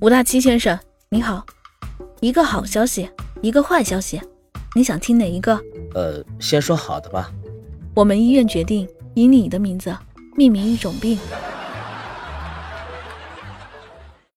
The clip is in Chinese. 吴大七先生，您好，一个好消息，一个坏消息，你想听哪一个？呃，先说好的吧。我们医院决定以你的名字命名一种病，